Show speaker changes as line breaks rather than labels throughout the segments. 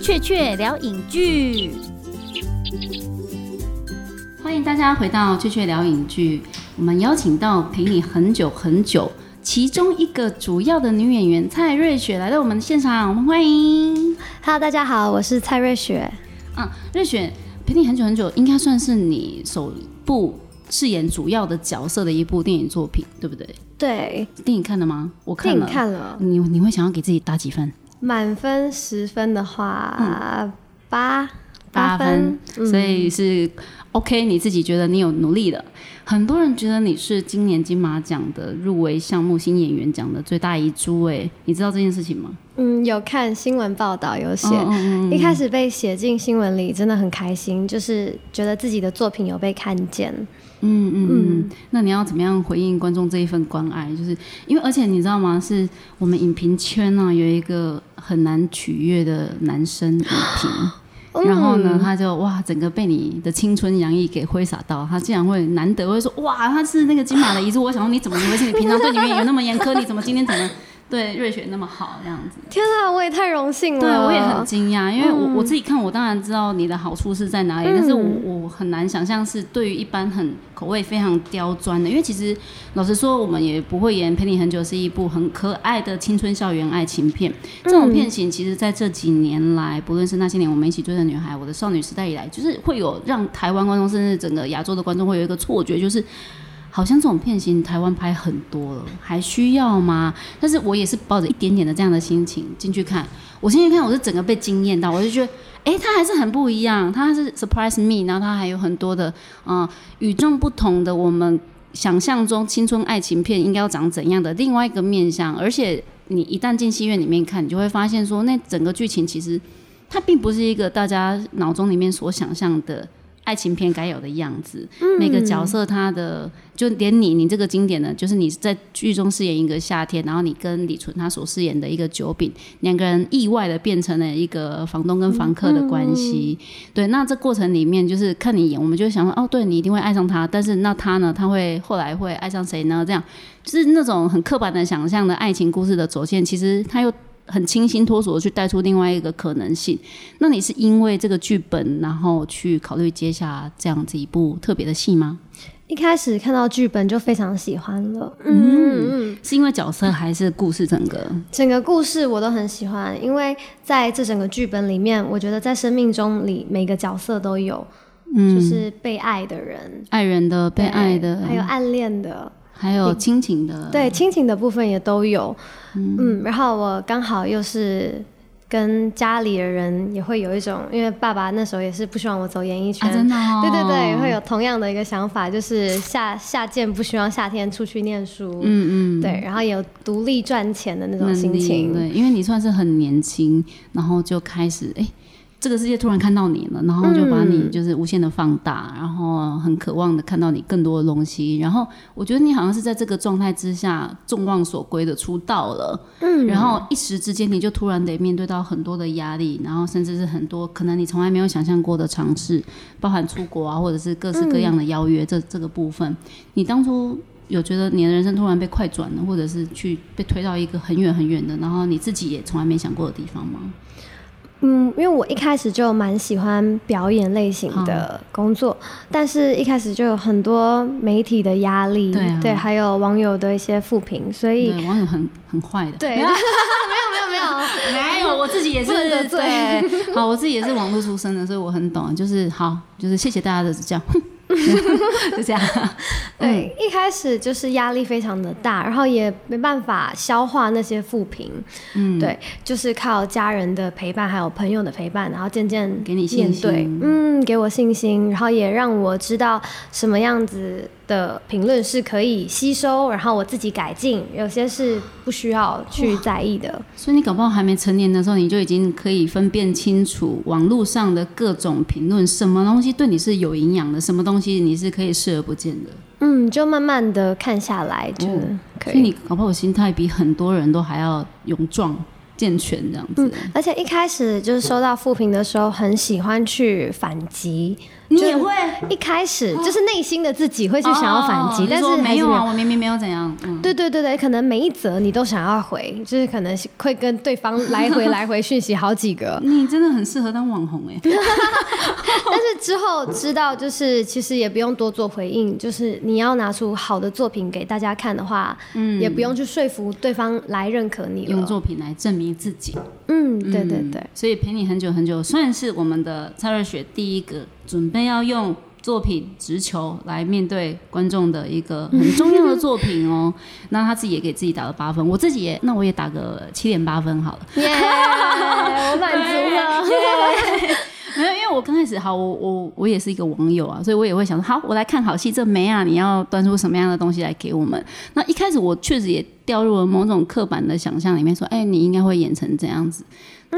雀雀聊影剧，
欢迎大家回到《雀雀聊影剧》，我们邀请到陪你很久很久其中一个主要的女演员蔡瑞雪来到我们的现场，我们欢迎。
Hello，大家好，我是蔡瑞雪。
嗯，瑞雪陪你很久很久，应该算是你首部饰演主要的角色的一部电影作品，对不对？
对，
电影看了吗？我
电
看
影
了。
看了，
你你会想要给自己打几分？
满分十分的话，八
嗯八分，
嗯
所以是 OK，你自己觉得你有努力了。很多人觉得你是今年金马奖的入围项目新演员奖的最大遗珠，哎，你知道这件事情吗？
嗯，有看新闻报道有写，
嗯嗯嗯
一开始被写进新闻里，真的很开心，就是觉得自己的作品有被看见。
嗯嗯嗯，那你要怎么样回应观众这一份关爱？就是因为，而且你知道吗？是我们影评圈呢、有一个很难取悦的男生影评。
嗯
然后呢，他就哇，整个被你的青春洋溢给挥洒到，他竟然会难得会说哇，他是那个金马的遗珠。我想说你怎么回事？你平常对你们有那么严苛，你怎么今天怎么对瑞雪那么好这样子？
天啊，我也太荣幸了，
对我也很惊讶，因为我、我自己看，我当然知道你的好处是在哪里，但是我我很难想象是对于一般很口味非常刁钻的，因为其实老实说，我们也不会演《陪你很久》是一部很可爱的青春校园爱情片，这种片型其实在这几年来，不论是那些年我们一起追的女孩，我的少女时代以来，就是会有让台湾观众甚至整个亚洲的观众会有一个错觉，就是。好像这种片型台湾拍很多了，还需要吗？但是我也是抱着一点点的这样的心情进去看。我进去看，我是整个被惊艳到，我就觉得，哎、他还是很不一样，他是 surprise me，然后他还有很多的，嗯、与众不同的我们想象中青春爱情片应该要长怎样的另外一个面向。而且你一旦进戏院里面看，你就会发现说，那整个剧情其实它并不是一个大家脑中里面所想象的。爱情片该有的样子，每个角色他的就连你，你这个经典的，就是你在剧中饰演一个夏天，然后你跟李纯他所饰演的一个九饼，两个人意外的变成了一个房东跟房客的关系。对，那这过程里面就是看你演，我们就想说，哦，对你一定会爱上他，但是那他呢，他会后来会爱上谁呢？这样就是那种很刻板的想象的爱情故事的走线，其实他又很清新脱俗的去带出另外一个可能性。那你是因为这个剧本，然后去考虑接下这样子一部特别的戏吗？
一开始看到剧本就非常喜欢了，嗯嗯嗯，
是因为角色还是故事整个？
整个故事我都很喜欢，因为在这整个剧本里面，我觉得在生命中里每个角色都有，
嗯，
就是被爱的人、
爱人的、被
对
爱的，嗯
还有暗恋的，
还有亲情的，
对亲情的部分也都有。嗯然后我刚好又是跟家里的人也会有一种，因为爸爸那时候也是不希望我走演艺圈。
啊，真的、哦，
对对对，会有同样的一个想法，就是夏夏建不希望夏天出去念书，
嗯嗯，
对，然后有独立赚钱的那种
能
心
力
情，
对，因为你算是很年轻，然后就开始哎。诶这个世界突然看到你了，然后就把
嗯
你就是无限的放大，然后很渴望的看到你更多的东西。然后我觉得你好像是在这个状态之下众望所归的出道了，嗯，然后一时之间你就突然得面对到很多的压力，然后甚至是很多可能你从来没有想象过的尝试，包含出国啊，或者是各式
嗯
各样的邀约。这这个部分，你当初有觉得你的人生突然被快转了，或者是去被推到一个很远很远的，然后你自己也从来没想过的地方吗？
嗯，因为我一开始就蛮喜欢表演类型的
嗯
工作，但是一开始就有很多媒体的压力，
对啊
还有网友的一些负评，所以
对，网友很很坏的。
对，没有 没有没有，
没有，我自己也是
不能得罪
对，好，我自己也是网络出身的，所以我很懂。就是好，就是谢谢大家的指教， 哼就这样。嗯
对，一开始就是压力非常的大，然后也没办法消化那些负评，
嗯，
对，就是靠家人的陪伴，还有朋友的陪伴，然后渐渐
给你信心
面对嗯，给我信心，然后也让我知道什么样子的评论是可以吸收，然后我自己改进，有些是不需要去在意的。
所以你搞不好还没成年的时候，你就已经可以分辨清楚网络上的各种评论，什么东西对你是有营养的，什么东西你是可以视而不见的。
嗯，就慢慢的看下来，就
哦
可
所以
以。
你搞不好心态比很多人都还要勇壮、健全
嗯
这样子。
而且一开始就是收到负评的时候，很喜欢去反击，
你
就
也会？
一开始就是内心的自己会去想要反击，
哦
但是
你说
还
没
是
有啊，我明明没有怎样。嗯，
对对对对，可能每一则你都想要回，就是可能会跟对方来回来回讯息好 几个，
你真的很适合当网红哎、
但是之后知道就是其实也不用多做回应，就是你要拿出好的作品给大家看的话，
嗯，
也不用去说服对方来认可你
用
了。
作品来证明自己。
嗯，对对
嗯
对，
所以陪你很久很久，算是我们的蔡瑞雪第一个准备要用作品直球来面对观众的一个很重要的作品 哦。那他自己也给自己打了八分，我自己也，那我也打个七点八分好了。
耶， 我满足 了。
没有，因为我刚开始好，我我我也是一个网友啊，所以我也会想说，好，我来看好戏，这梅啊，你要端出什么样的东西来给我们？那一开始我确实也掉入了某种刻板的想象里面，说，哎、你应该会演成这样子。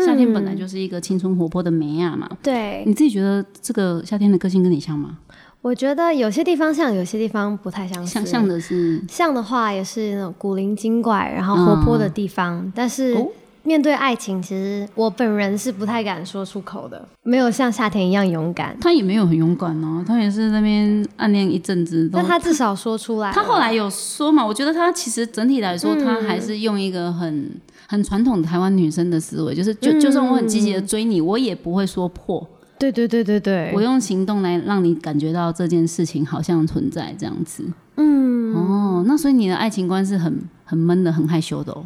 夏天本来就是一个青春活泼的梅亚嘛，
对，
你自己觉得这个夏天的个性跟你像吗？
我觉得有些地方像，有些地方不太相似。
像像的是
像的话也是那种古灵精怪，然后活泼的地方，但是
嗯哦
面对爱情，其实我本人是不太敢说出口的，没有像夏天一样勇敢。
他也没有很勇敢哦，他也是那边暗恋一阵子 都
但他至少说出来了，
他后来有说嘛，我觉得他其实整体来说，
嗯
他还是用一个很很传统的台湾女生的思维，就是就就算我很积极的追你，我也不会说破，
对对对对嗯对，
我用行动来让你感觉到这件事情好像存在这样子。
嗯
哦，那所以你的爱情观是很很闷的，很害羞的哦。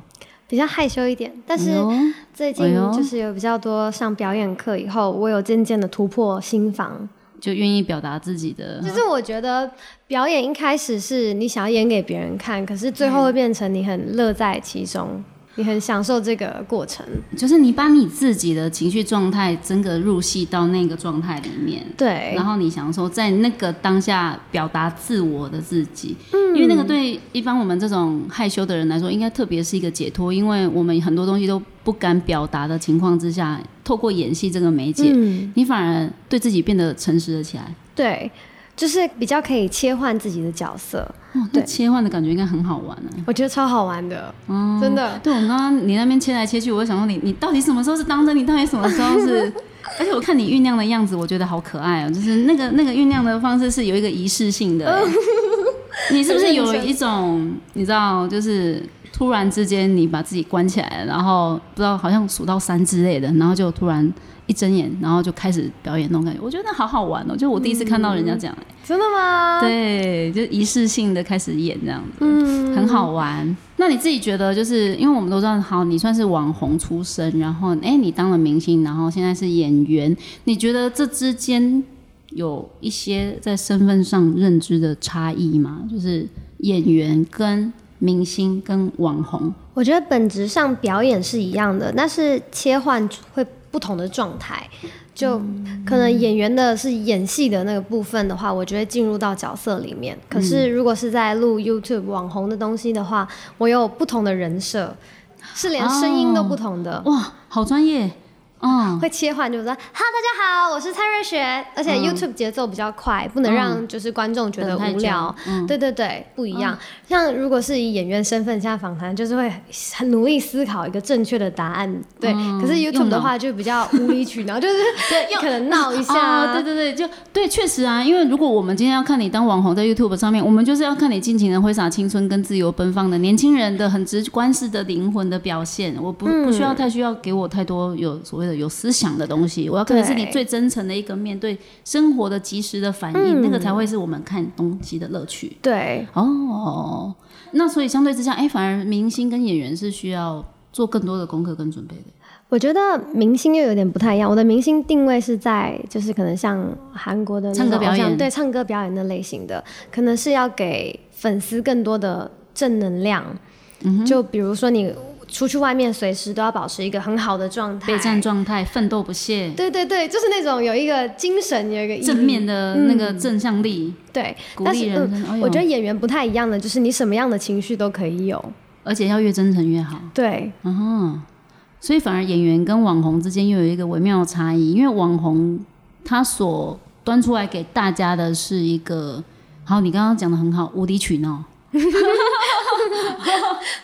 比较害羞一点，但
哎
是
呦
最
哎
近
呦
就是有比较多上表演课以后，我有渐渐的突破心防，
就愿意表达自己的
就是我觉得表演一开始是你想要演给别人看，可是最后会变成你很乐在其中，你很享受这个过程。
就是你把你自己的情绪状态真的入戏到那个状态里面，
对
然，后你享受在那个当下表达自我的自己，嗯，因为那个对一般我们这种害羞的人来说，应该特别是一个解脱，因为我们很多东西都不敢表达的情况之下，透过演戏这个媒介，
嗯，
你反而对自己变得诚实了起来。
对，就是比较可以切换自己的角色，
哦，那
对
切换的感觉应该很好玩啊！
我觉得超好玩的，真的。
对我刚刚你那边切来切去，我就想说你你到底什么时候是当真，你到底什么时候是？而且我看你酝酿的样子，我觉得好可爱哦、就是那个那个酝酿的方式是有一个仪式性的、欸你是不是有一种你知道，就是突然之间你把自己关起来，然后不知道好像数到三之类的，然后就突然一睁眼，然后就开始表演那种感觉，我觉得那好好玩哦、就我第一次看到人家这样、欸
真的吗？
对，就仪式性的开始演这样子。
嗯，
很好玩。那你自己觉得，就是因为我们都知道，好，你算是网红出身，然后哎、你当了明星，然后现在是演员，你觉得这之间有一些在身份上认知的差异吗？就是演员跟明星跟网红，
我觉得本质上表演是一样的，但是切换会不同的状态。就可能演员的是演戏的那个部分的话，我就会进入到角色里面。可是如果是在录 YouTube 网红的东西的话，我有不同的人设，是连声音都不同的。
哇，好专业，嗯，
会切换，就是说“哈，大家好，我是蔡瑞雪”，而
嗯
且 YouTube 节奏比较快，不能让就是观众觉得无聊。
嗯
对对对，不一样。像如果是以演员身份下访谈，就是会很努力思考一个正确的答案。对，
嗯
可是
用
YouTube
脑
的话就比较无理取闹，就是可能闹一
哦，
下。
对对对，就对，确实啊，因为如果我们今天要看你当网红在 YouTube 上面，我们就是要看你尽情的挥洒青春跟自由奔放的年轻人的很直观式的灵魂的表现。我不
嗯
不需要太需要给我太多有所谓的有思想的东西，我要看的是你
对
最真诚的一个面对生活的及时的反
嗯
应，那个才会是我们看东西的乐趣。
对
哦，那所以相对之下，哎，反而明星跟演员是需要做更多的功课跟准备的。
我觉得明星又有点不太一样。我的明星定位是在，就是可能像韩国的那种
唱歌表演
偶像对唱歌表演的类型的，可能是要给粉丝更多的正能量。
嗯
就比如说你出去外面，随时都要保持一个很好的状态。
备战状态，奋斗不懈，
对对对，就是那种有一个精神，有一个意义
正面的那个正向力。
对。
鼓
嗯但
励
是
人
嗯
生。哎呦
我觉得演员不太一样的，就是你什么样的情绪都可以有。
而且要越真诚越好。
对，
嗯哼，所以反而演员跟网红之间又有一个微妙的差异，因为网红他所端出来给大家的是一个，好，你刚刚讲的很好，无理取 闹。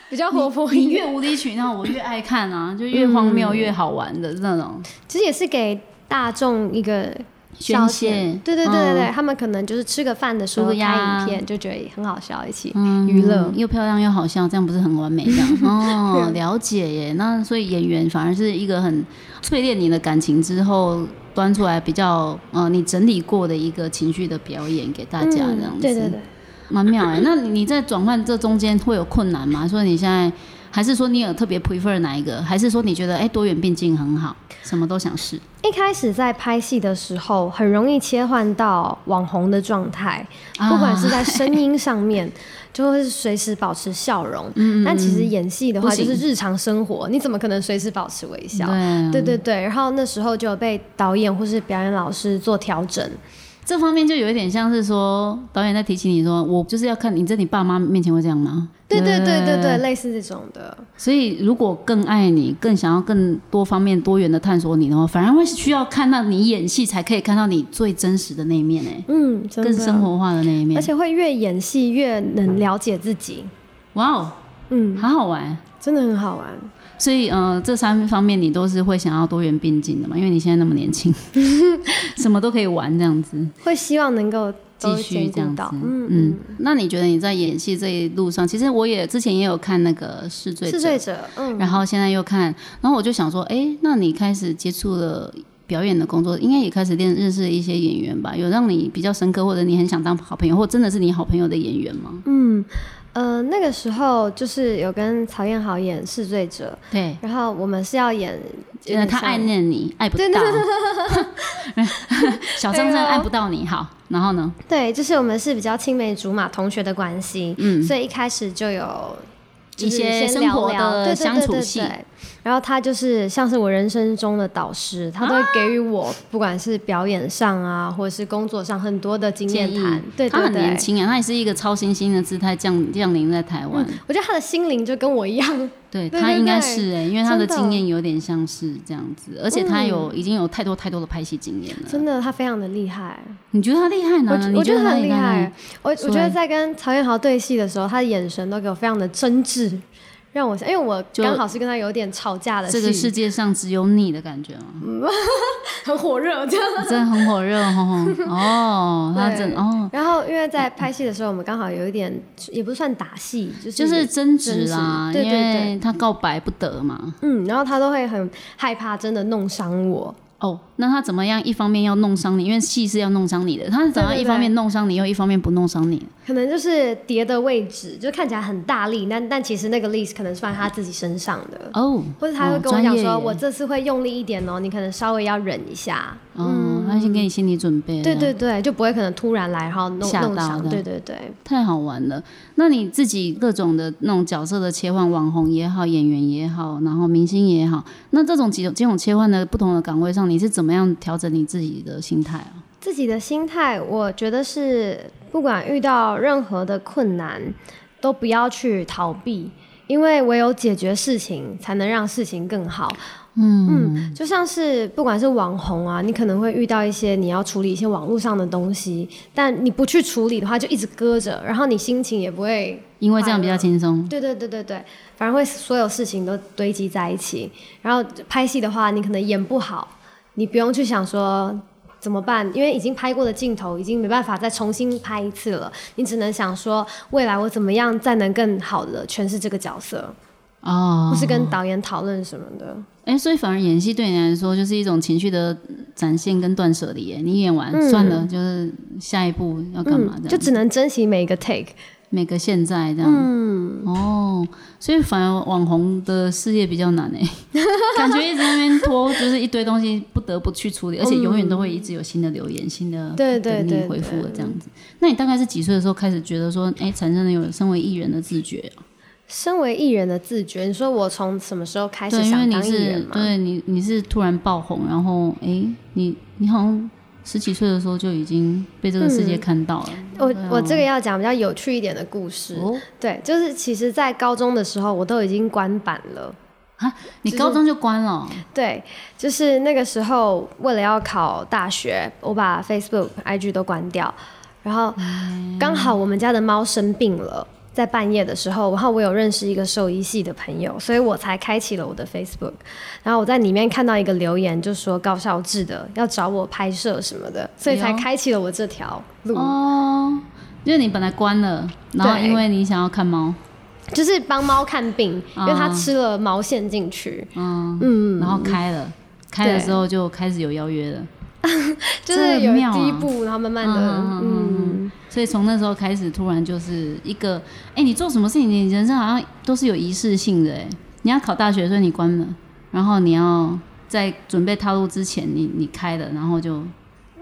比较活泼
你越无理取闹，我越爱
嗯
看啊，就越荒谬越好玩的那种。
其实也是给大众一个
宣
消
泄
遣，对对对对对，
嗯
他们可能就是吃个饭的时
舒
候
压
看影片，就觉得很好笑，一起
嗯
娱乐。
又漂亮又好笑，这样不是很完美 这样哦？了解耶，那所以演员反而是一个很淬炼你的感情之后端出来比较呃你整理过的一个情绪的表演给大家这样子，
嗯对对对，
蛮妙哎。那你你在转换这中间会有困难吗？所以你现在还是说你有特别 prefer 哪一个？还是说你觉得哎、多元并进很好，什么都想试？
一开始在拍戏的时候，很容易切换到网红的状态，不管是
啊
在声音上面， 就会随时保持笑容。嗯但其实演戏的
不
话，
行
就是日常生活，你怎么可能随时保持微笑？
对啊
对对对，然后那时候就有被导演或是表演老师做调整，
这方面就有一点像是说，导演在提醒你说，我就是要看你在你爸妈面前会这样吗？
对对对对对，类似这种的，
所以如果更爱你，更想要更多方面多元的探索你的话，反而会需要看到你演戏，才可以看到你最真实的那一面、欸，
嗯，真的
更生，活化的那一面
而。且会越演戏越能了解自己，
哇哦，
嗯，
好好玩！
真的很好玩。
所以，呃，这三方面你都是会想要多元并进的嘛？因为你现在那么年 轻，什么都可以玩这样子。
会希望能够都
继续
兼顾
这样子
到，嗯
嗯，那你觉得你在演戏这一路上，其实我也之前也有看那个《试罪
嗯，
者
是》，罪者，嗯，
然后现在又看，然后我就想说，哎，那你开始接触了表演的工作，应该也开始练认识一些演员吧？有让你比较深刻，或者你很想当好朋友，或真的是你好朋友的演员吗？
嗯，呃，那个时候就是有跟曹彦豪演弑罪者，
对，
然后我们是要演，有
呃，
点
他
像
爱念
嗯
你，爱不到， 小张真的爱不到你，好，然后呢？
对，就是我们是比较青梅竹马同学的关系，
嗯
所以一开始就有。
一
就是
些
先
生
聊
活
聊
的
对对
相
对
处
对
戏
对然后他就是像是我人生中的导师，他都会给予我、不管是表演上啊，或者是工作上很多的经验
建议
谈。对对对，
他很年轻啊，他也是一个超新星的姿态降降临在台湾，
我觉得他的心灵就跟我一样，
对
嗯对
他
对
应该
对
是哎、因为他的
真的嗯
经验有点像是这样子，而且他有、已经有太多太多的拍戏经验了。
真的，他非常的厉害。
你觉得他厉害哪
我
呢？
觉
你
我觉得
他
很厉
哪里
害。，我我
所
觉得
以
在跟曹彦豪对戏的时候，他的眼神都给我非常的真挚，让我想，因为我
就
刚好是跟他有点吵架的戏，
这个世界上只有你的感觉吗？
很火热这样。
真的很火热哦。哦，他真
对
哦，
然后因为在拍戏的时候，我们刚好有一点也不算打戏，就是
就是争执啦，
对对对
因为他告白不得嘛。
嗯，然后他都会很害怕，真的弄伤我。
哦，那他怎么样？一方面要弄伤你，因为戏是要弄伤你的。他是怎么样？
对对对
一方面弄伤你，又一方面不弄伤你？
可能就是叠的位置，就看起来很大力，但但其实那个力可能是放在他自己身上的，
哦，
或者他会
哦
跟我讲
专业
说，
耶
我这次会用力一点哦，你可能稍微要忍一下。
哦，他先给你心理准备。
嗯对对，对，就不会可能突然来，然后弄
啊吓到
弄伤。
的
对对对，
太好玩了。那你自己各种的那种角色的切换，网红也好，演员也好，然后明星也好，那这种几种几种切换的不同的岗位上，你是怎么样调整你自己的心态啊？
自己的心态，我觉得是不管遇到任何的困难，都不要去逃避，因为唯有解决事情，才能让事情更好。
嗯
就像是不管是网红啊，你可能会遇到一些你要处理一些网络上的东西，但你不去处理的话，就一直搁着，然后你心情也不会
因为这样比较轻松。
对对对对对，反而会所有事情都堆积在一起。然后拍戏的话，你可能演不好，你不用去想说怎么办，因为已经拍过的镜头已经没办法再重新拍一次了，你只能想说未来我怎么样再能更好的诠释这个角色，
哦，
或是跟导演讨论什么的。
哎、所以反而演戏对你来说就是一种情绪的展现跟断舍离耶。你演完、
嗯
算了，就是下一步要干嘛这样
嗯，
子、
就只能珍惜每一个 take。
每个现在这样。嗯，哦，所以反而网红的事业比较难哎， 感觉一直在那边拖，就是一堆东西不得不去 处理，而且永远都会一直有新的留言、新的
嗯对对
等你
对对
回复的这样子。那你大概是几岁的时候开始觉得说，哎、产生了有身为艺人的自觉啊？
身为艺人的自觉，你说我从什么时候开始
对，因为
想
你
当艺
是
人吗？
对你你是突然爆红，然后哎、你你好像十几岁的时候就已经被这个世
嗯
界看到了。
我我这个要讲比较有趣一点的故事。
嗯哦，
对，就是其实，在高中的时候，我都已经关版了。
你高中就关了哦、
对，就是那个时候，为了要考大学，我把
嗯
Facebook、IG 都关掉。然后刚好我们家的猫生病了，在半夜的时候，然后我有认识一个兽医系的朋友，所以我才开启了我的 Facebook。然后我在里面看到一个留言，就说高校制的要找我拍摄什么的，所以才
哎呦
开启了我这条路，
哦，就是你本来关了，然后
嗯对
因为你想要看猫，
就是帮猫看病，因为它
啊
吃了毛线进去，
嗯，
嗯，
然后开了，开了
对
之后就开始有邀约了，
就是
这
有
很妙啊
第一步，然后慢慢的，
嗯嗯嗯
嗯，
所以从那时候开始，突然就是一个，哎、你做什么事情，你人生好像都是有仪式性的，哎，你要考大学，所以你关了，然后你要在准备踏入之前，你你开了，然后就。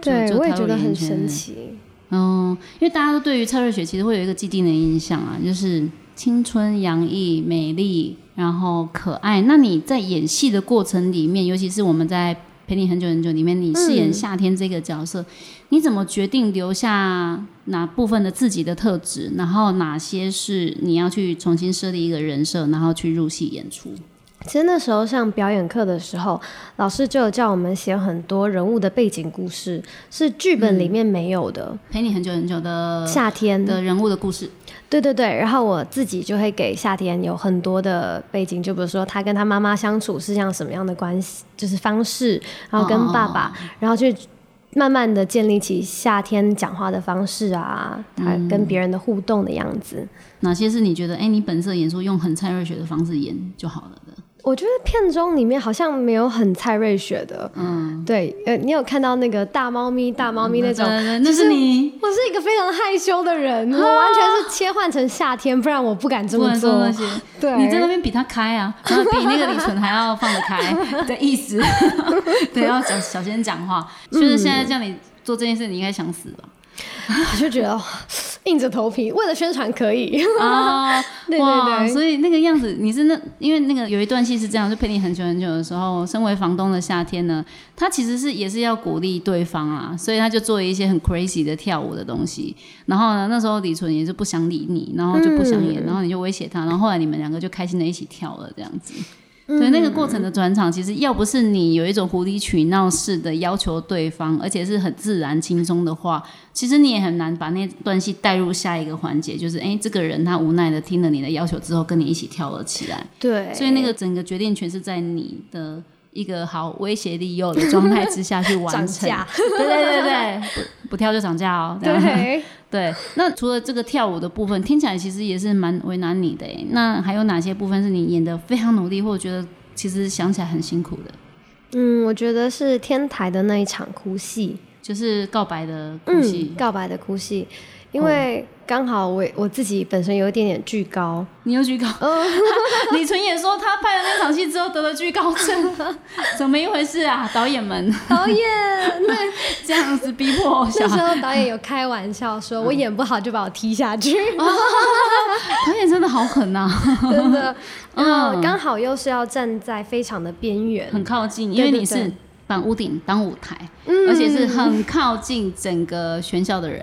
就
对，
就
我也
踏入
觉得
演艺
很
圈
神
了
奇，
嗯，因为大家都对于蔡瑞雪其实会有一个既定的印象啊，就是青春洋溢、美丽，然后可爱。那你在演戏的过程里面，尤其是我们在《陪你很久很久》里面，你饰演
嗯
夏天这个角色，你怎么决定留下哪部分的自己的特质，然后哪些是你要去重新设立一个人设，然后去入戏演出？
其实那时候上表演课的时候，老师就有叫我们写很多人物的背景故事，是剧本
嗯
里面没有的。
陪你很久很久的
夏天，
的人物的故事，
对对对，然后我自己就会给夏天有很多的背景，就比如说他跟他妈妈相处是像什么样的关系，就是方式，然后跟爸爸，然后去慢慢的建立起夏天讲话的方式啊，他跟别人的互动的样子。
哪些是你觉得哎、你本色演出用很蔡瑞雪的方式演就好了的？
我觉得片中里面好像没有很蔡瑞雪的，
嗯。
对，呃，你有看到那个大猫咪、大猫咪那种
对对对
就
那
是
是你
我是一个非常害羞的人，我完全是切换成夏天，不然我不敢这
不
么
能
做
说。那些，
对，
你在那边比他开啊，然后比那个李纯还要放得 开的意思，对，要小小心讲话。就是现在叫你做这件事，你应该想死 吧？
我就觉得哇硬着头皮，为了宣传可以。
啊，
对对
哇
对
所以那个样子，你是那因为那个有一段戏是这样，就陪你很久很久的时候，身为房东的夏天呢，他其实是也是要鼓励对方啊，所以他就做一些很 crazy 的跳舞的东西。然后呢，那时候李纯也是不想理你，然后就不想演，然后你就威胁他，然后后来你们两个就开心的一起跳了这样子。
嗯
对，那个过程的转场，其实要不是你有一种无理取闹式的要求对方，而且是很自然轻松的话，其实你也很难把那段戏带入下一个环节，就是哎，诶这个人他无奈的听了你的要求之后，跟你一起跳了起来。
对，
所以那个整个决定权是在你的一个好威胁利诱的状态之下去完
涨
成。
价，
对对对对，不不跳就涨价哦。这样
对，
对，那除了这个跳舞的部分，听起来其实也是蛮为难你的诶。那还有哪些部分是你演的非常努力，或者觉得其实想起来很辛苦的？
嗯，我觉得是天台的那一场哭戏，
就是告白的哭戏
嗯，，告白的哭戏，因为刚好我我自己本身有一点点巨 高，
你有举稿？
哦
李纯也说他拍了那场戏之后得了惧高症， 怎么一回事啊？导演们
导 演那
这样子逼迫小
哦那时
孩，
候导演有开玩笑说，我演不好就把我踢下去。
导演真的好狠
啊
呐、
真 的，
嗯
然后刚好又是要站在非常的边缘，
很靠近，
对
因为你
对
是
对
把屋顶当舞台，
嗯
而且是很靠近整个全校的人。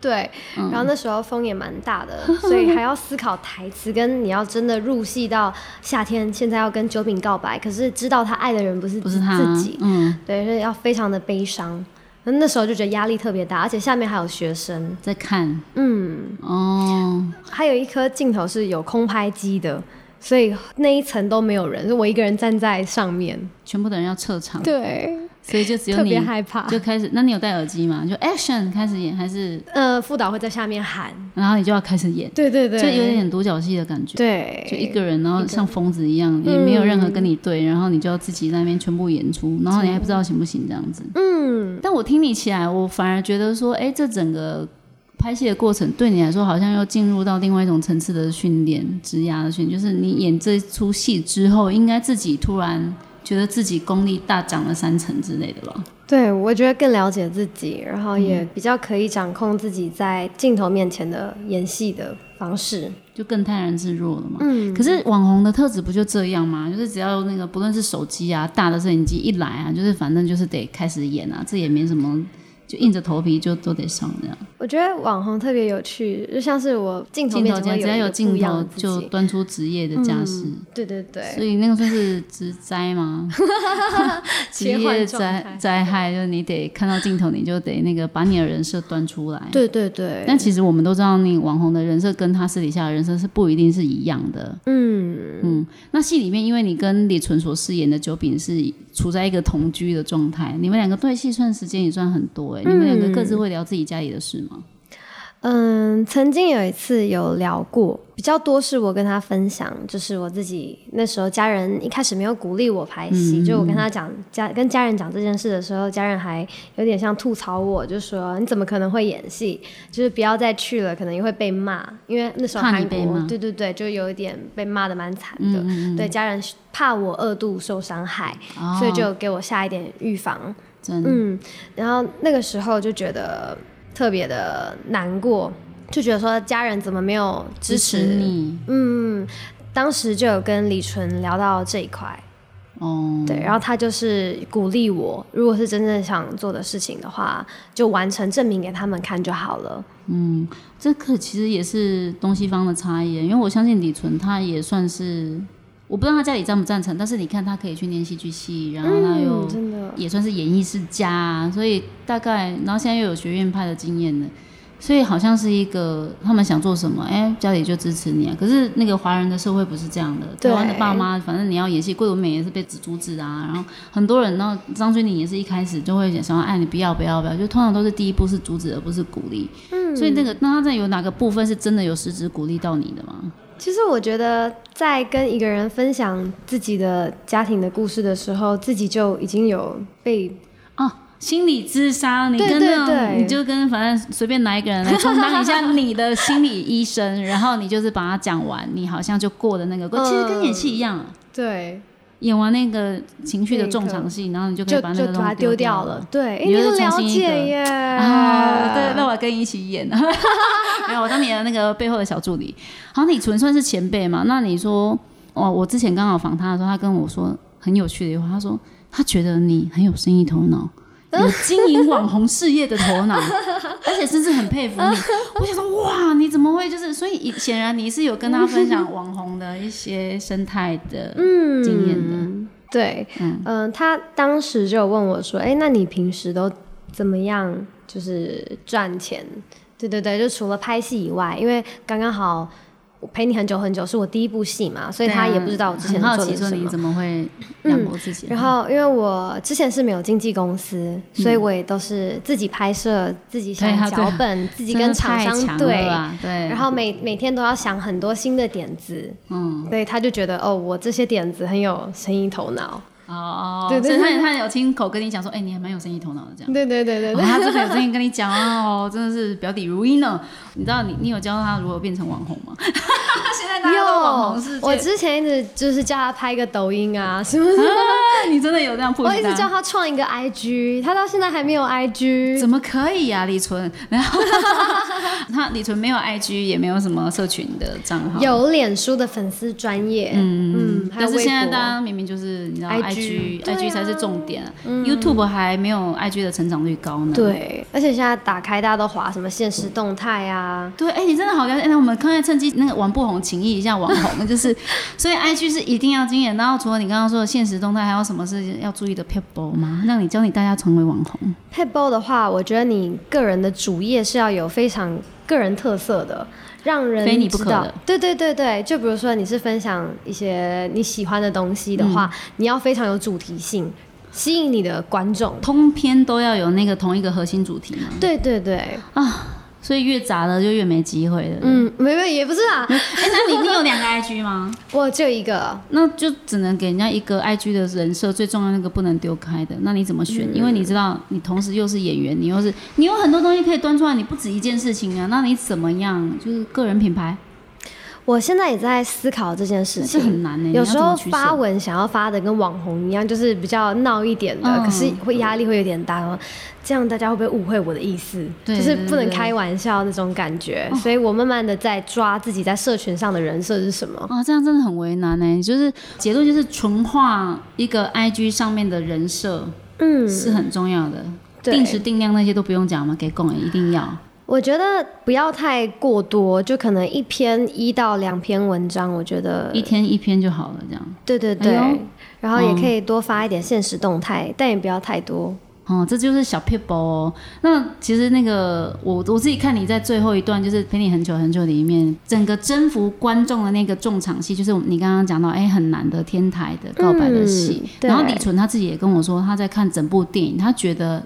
对。
嗯
然后那时候风也蛮大的， 所以还要思考台词，跟你要真的入戏到夏天，现在要跟九品告白，可是知道他爱的人不是
不是他
自己，
嗯，
对，所以要非常的悲伤。那时候就觉得压力特别大，而且下面还有学生，
在看
嗯，
哦，
还有一颗镜头是有空拍机的，所以那一层都没有人，是我一个人站在上面，
全部的人要撤 场，
对，
所以就只有
特
你
别害怕。
就开始。那你有戴耳机吗？就 action 开始演，还是
呃，副导会在下面喊，
然后你就要开始演，
对对
就
对，
有点独角戏的感觉。
对，嗯
就一个人，然后像疯子一样，也没有任何跟你对，然后你就要自己在那边全部演出，然后你还不知道行不行这样子。
嗯，
但我听你起来，我反而觉得说，哎，这整个拍戏的过程对你来说，好像又进入到另外一种层次的训练、职涯的训练，就是你演这出戏之后，应该自己突然觉得自己功力大涨了三成之类的吧？
对我觉得更了解自己，然后也比较可以掌控自己在镜头面前的演戏的方式。
就更泰然自若了嘛。
嗯，
可是网红的特质不就这样吗？就是只要那个不论是手机啊、大的摄影机一来啊，就是反正就是得开始演啊，这也没什么，就硬着头皮就都得上这样。
我觉得网红特别有趣，就像是我镜头
镜
面
头
前会
前只要
有
有
一个
镜
不一样
头
的自
就
己
端出职业的架势，
对对
所
对，
以那个算是职灾吗？职
切换
业
状
灾
态
灾害就是你得看到镜头，你就得那个把你的人设端出来。
对对对，
但其实我们都知道，你网红的人设跟他私底下的人设是不一定是一样的。
嗯
嗯，那戏里面，因为你跟李纯所饰演的九饼是处在一个同居的状态，你们两个对戏算时间也算很多哎、你们两个各自会聊自己家里的事吗？
嗯，曾经有一次有聊过，比较多是我跟他分享，就是我自己那时候家人一开始没有鼓励我拍戏，就我跟
嗯
他讲家跟家人讲这件事的时候，家人还有点像吐槽我，就说你怎么可能会演戏，就是不要再去了，可能也会被骂，因为那时候
怕你
韩
被
国
骂嗯
对对对，就有一点被骂的蛮惨的，对家人怕我二度受伤害，
哦
嗯所以就给我下一点预防，
真
嗯，然后那个时候就觉得特别的难过，就觉得说家人怎么没有支持
你
嗯，当时就有跟李纯聊到这一块，
哦，
对，啊然后他就是鼓励我，如果是真正想做的事情的话，就完成证明给他们看就好了。
嗯，这个其实也是东西方的差异，因为我相信李纯他也算是，我不知道他家里赞不赞成，但是你看他可以去念戏剧系，然后他又、
嗯，真的，
也算是演艺世家、啊，所以大概，然后现在又有学院派的经验了，所以好像是一个他们想做什么，哎、家里就支持你啊。可是那个华人的社会不是这样的，台
对
湾的爸妈，反正你要演戏，桂纶镁也是被阻止啊，然后很多人，然后张钧甯也是一开始就会想说，哎，你不要不要不要，就通常都是第一步是阻止，而不是鼓励。
嗯
所以那个，那他在有哪个部分是真的有实质鼓励到你的吗？
其实我觉得，在跟一个人分享自己的家庭的故事的时候，自己就已经有被
哦，心理智商，你
对
跟
对
那种，
对
你就跟反正随便拿一个人来充当一下你的心理医生，然后你就是把它讲完，你好像就过了那个
嗯
关。其实跟演戏一样啊，
对，
演完那个情绪的
那个
重场戏，然后你就可以
就
把那
就
个
把
东
它
西
丢
掉
掉了。。对，哎，
你
你
又
很
重
了
新一个
解耶！
啊，对，那我跟你一起演。 没有，我当你的那个背后的小助理。好，你纯算是前辈嘛？那你说，哦，我之前刚好访他的时候，他跟我说很有趣的一句话，他说他觉得你很有生意头 脑。有经营网红事业的头脑，而且甚至很佩服 你。我想说，哇，你怎么会就是？所以显然你是有跟他分享网红的一些生态的
嗯
经验的。
对，
嗯
嗯、他当时就有问我说：“哎、那你平时都怎么样？就是赚钱？”对对对，就除了拍戏以外，因为刚刚好我陪你很久很久是我第一部戏嘛，所以他也不知道我之前
啊很好
做
奇
的是
说
什
你
么。嗯
怎么会养活自己、
然后，因为我之前是没有经纪公司，所以我也都是自己拍摄、自己
嗯对啊
想
对
脚
啊
本、自己
真
跟
的
厂
太
商
强
对
了，啊吧对，
然后每每天都要想很多新的点子，
嗯，
所以他就觉得哦，我这些点子很有生意头脑。
哦哦，
对对
所以他也他也有亲口跟你讲说，哎、你还蛮有生意头脑的这样。
对对对对
哦、他真的有声音跟你讲哦，真的是表底如一呢。你知道你你有教他如何变成网红吗？ 现在大家都网红世界，
我之前一直就是叫他拍一个抖音啊，什么什么，
啊你真的有这样 push
我一直
他
叫他创一个 IG，他到现在还没有 IG。
怎么可以呀、李纯？然后他李纯没有 IG，也没有什么社群的账号，
有脸书的粉丝专业，嗯嗯，还有
但是
微
现在
博
大家明明就是你知道
IG
IG
对啊嗯
IG 才是重点、YouTube 还没有 IG 的成长率高呢。
对，而且现在打开大家都划什么现实动态啊，
对，哎、你真的好了解。哎那我们刚才趁机那个王不红情谊一下网红，就是所以 IG 是一定要经验。然后除了你刚刚说的现实动态，还有什么是要注意的 people 吗？让你教你大家成为网红。
配包的话，我觉得你个人的主页是要有非常个人特色的，让人
非你不可
知道
的。
对对对对，就比如说你是分享一些你喜欢的东西的话，
嗯
你要非常有主题性，吸引你的观众。
通篇都要有那个同一个核心主题嘛，
对对对，
所以越杂了就越没机会了。嗯，
嗯，没没也不是啊，
哎、那你你有两个 IG 吗？
我就一个，
那就只能给人家一个 IG 的人设，最重要那个不能丢开的。那你怎么选？因为你知道，你同时又是演员，你又是你有很多东西可以端出来，你不止一件事情啊。那你怎么样？就是个人品牌
我现在也在思考这件事
是
情。
很难欸的、你
有
要
时
怎
候
么取舍
发文想要发的跟网红一样，就是比较闹一点的，
嗯
可是会压力会有点大哦。这样大家会不会误会我的意思？
对
就是
对
不能
对哦
开玩笑那种感觉。所以我慢慢的在抓自己在社群上的人设是什么。
啊，这样真的很为难呢、欸就是结论就是纯化一个 IG 上面的人设
嗯，
是很重要的，
对
定时定量那些都不用讲嘛，给拱也一定要。
我觉得不要太过多，就可能一篇一到两篇文章，我觉得
一天一篇就好了，这样。
对对对，
哎呦
然后也可以多发一点现实动态，但也不要太多。
哦，这就是小 people 哦。那其实那个我我自己看你在最后一段，就是陪你很久很久里面，整个征服观众的那个重场戏，就是你刚刚讲到，哎，很难的天台的告白的戏。
嗯对
然后李纯他自己也跟我说，他在看整部电影，他觉得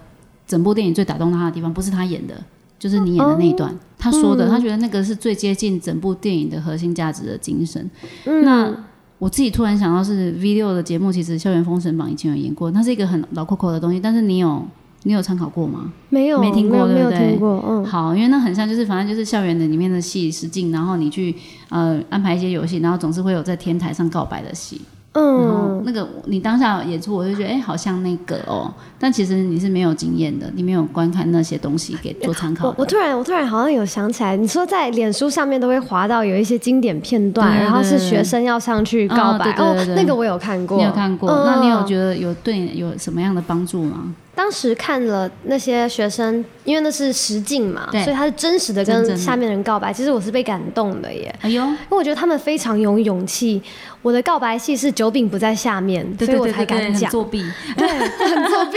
整部电影最打动他的地方，不是他演的，就是你演的那一段。他说的，他觉得那个是最接近整部电影的核心价值的精神。那我自己突然想到是 V 六的节目，其实《校园封神榜》以前有演过，它是一个很老 Coco 的东西，但是你有你有参考过吗？
没有，
没听过
没有没有
对不对
听过，嗯，
好，因为那很像就是反正就是校园的里面的戏实境，然后你去呃安排一些游戏，然后总是会有在天台上告白的戏，然后
嗯，
那个你当下演出，我就觉得哎、好像那个哦，但其实你是没有经验的，你没有观看那些东西给做参考
我
的。
我突然我突然好像有想起来，你说在脸书上面都会滑到有一些经典片段，
对对
然后是学生要上去告白，
对对对对
哦，那个我有看过，
你有看过？
嗯
那你有觉得有对你有什么样的帮助吗？
当时看了那些学生，因为那是实境嘛，
对
所以他是真实的
真正
跟
的
下面人告白。其实我是被感动的耶，
哎呦，
因为我觉得他们非常有勇气。我的告白戏是九饼不在下面，
对
所以
对
我
对
才
对对
敢
很
讲。
作弊。
对，很 作弊。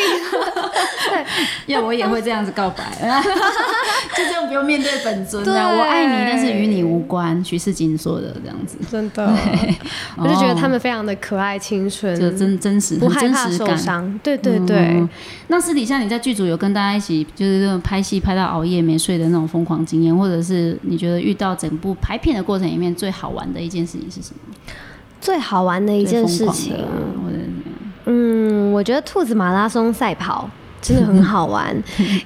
要我也会这样子告白， 就这样不用面对本尊这样
对
我爱你，但是与你无关。徐世金说的这样子，
真 的，我就觉得他
哦
们非常的可爱、青春，
就真真实，
不
很
害
真
怕
实
受
感。
伤。对对对
嗯，那私底下你在剧组有跟大家一起就是那种拍戏拍到熬夜没睡的那种疯狂经验，或者是你觉得遇到整部拍片的过程里面最好玩的一件事情是什么？
最好玩的一件事
最
情
疯，狂的啊或者是怎么样
嗯，我觉得兔子马拉松赛跑真的很好 玩，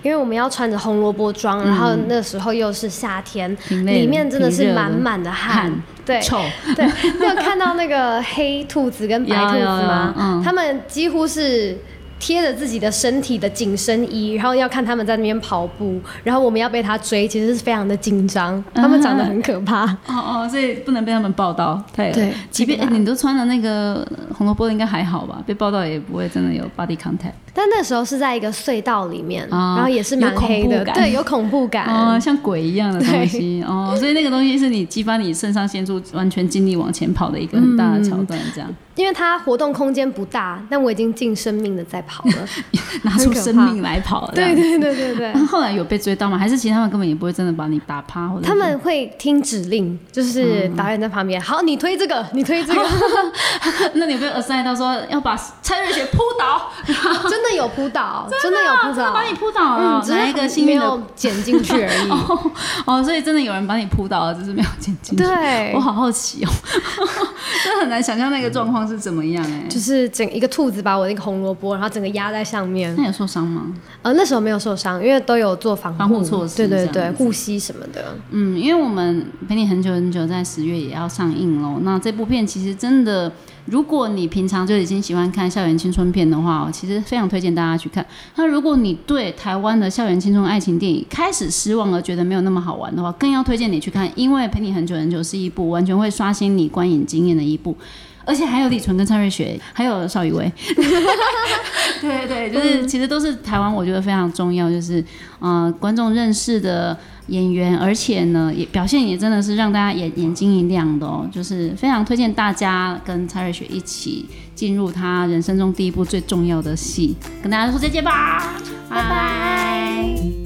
因为我们要穿着红萝卜装，然后那时候又是夏天，
挺累的
里面真的
挺
是
热
满满的汗
汗。
对
臭，
对，你有看到那个黑兔子跟白兔子吗？
有有有嗯
他们几乎是。贴着自己的身体的紧身衣，然后要看他们在那边跑步，然后我们要被他追，其实是非常的紧张。他们长得很可怕，
哦哦，所以不能被他们报道，太
对
即便、
这个吧
哎你都穿了那个红萝卜，应该还好吧？被报道也不会真的有 body contact。
但那时候是在一个隧道里面，
啊
然后也是蛮
有恐
黑的，
怖感
对，有恐怖感。
哦，像鬼一样的东西哦，所以那个东西是你激发你肾上腺素完全精力往前跑的一个很大
嗯
的桥段，这样、
因为它活动空间不大，但我已经尽生命的在跑 了。
拿出生命来跑，这
对
样。
对对对对
那，后来有被追到吗？还是其实他们根本也不会真的把你打趴，或者是
他们会听指令，就是导演在旁边，好，你推这个，你推 这个，
那你有被 assign 到说要把蔡瑞雪扑倒，
真的有扑倒，真的有扑
真的啊
倒
把，你扑倒了，
嗯，只
哪一个
是
幸
没
运的
有剪进去而已。
哦 哦，所以真的有人把你扑倒了，只是没有剪进去。
对
我，好好奇哦， 真的很难想象那个状况是怎么样哎、
就是整一个兔子把我那个红萝卜，然后整个压在上面。
那有受伤吗？
呃，那时候没有受伤，因为都有做防
防护措施
对对
这
对，
样
护膝什么的。
嗯，因为我们陪你很久很久，在十月也要上映喽。那这部片其实真的，如果你平常就已经喜欢看校园青春片的话，我其实非常推荐大家去看。那如果你对台湾的校园青春爱情电影开始失望了，觉得没有那么好玩的话，更要推荐你去看，因为陪你很久很久是一部完全会刷新你观影经验的一部。而且还有李纯跟蔡瑞雪，还有邵雨薇，对对，就是其实都是台湾，我觉得非常重要，就是呃观众认识的演员，而且呢也表现也真的是让大家眼眼睛一亮的哦，就是非常推荐大家跟蔡瑞雪一起进入她人生中第一部最重要的戏，跟大家说再见吧，拜拜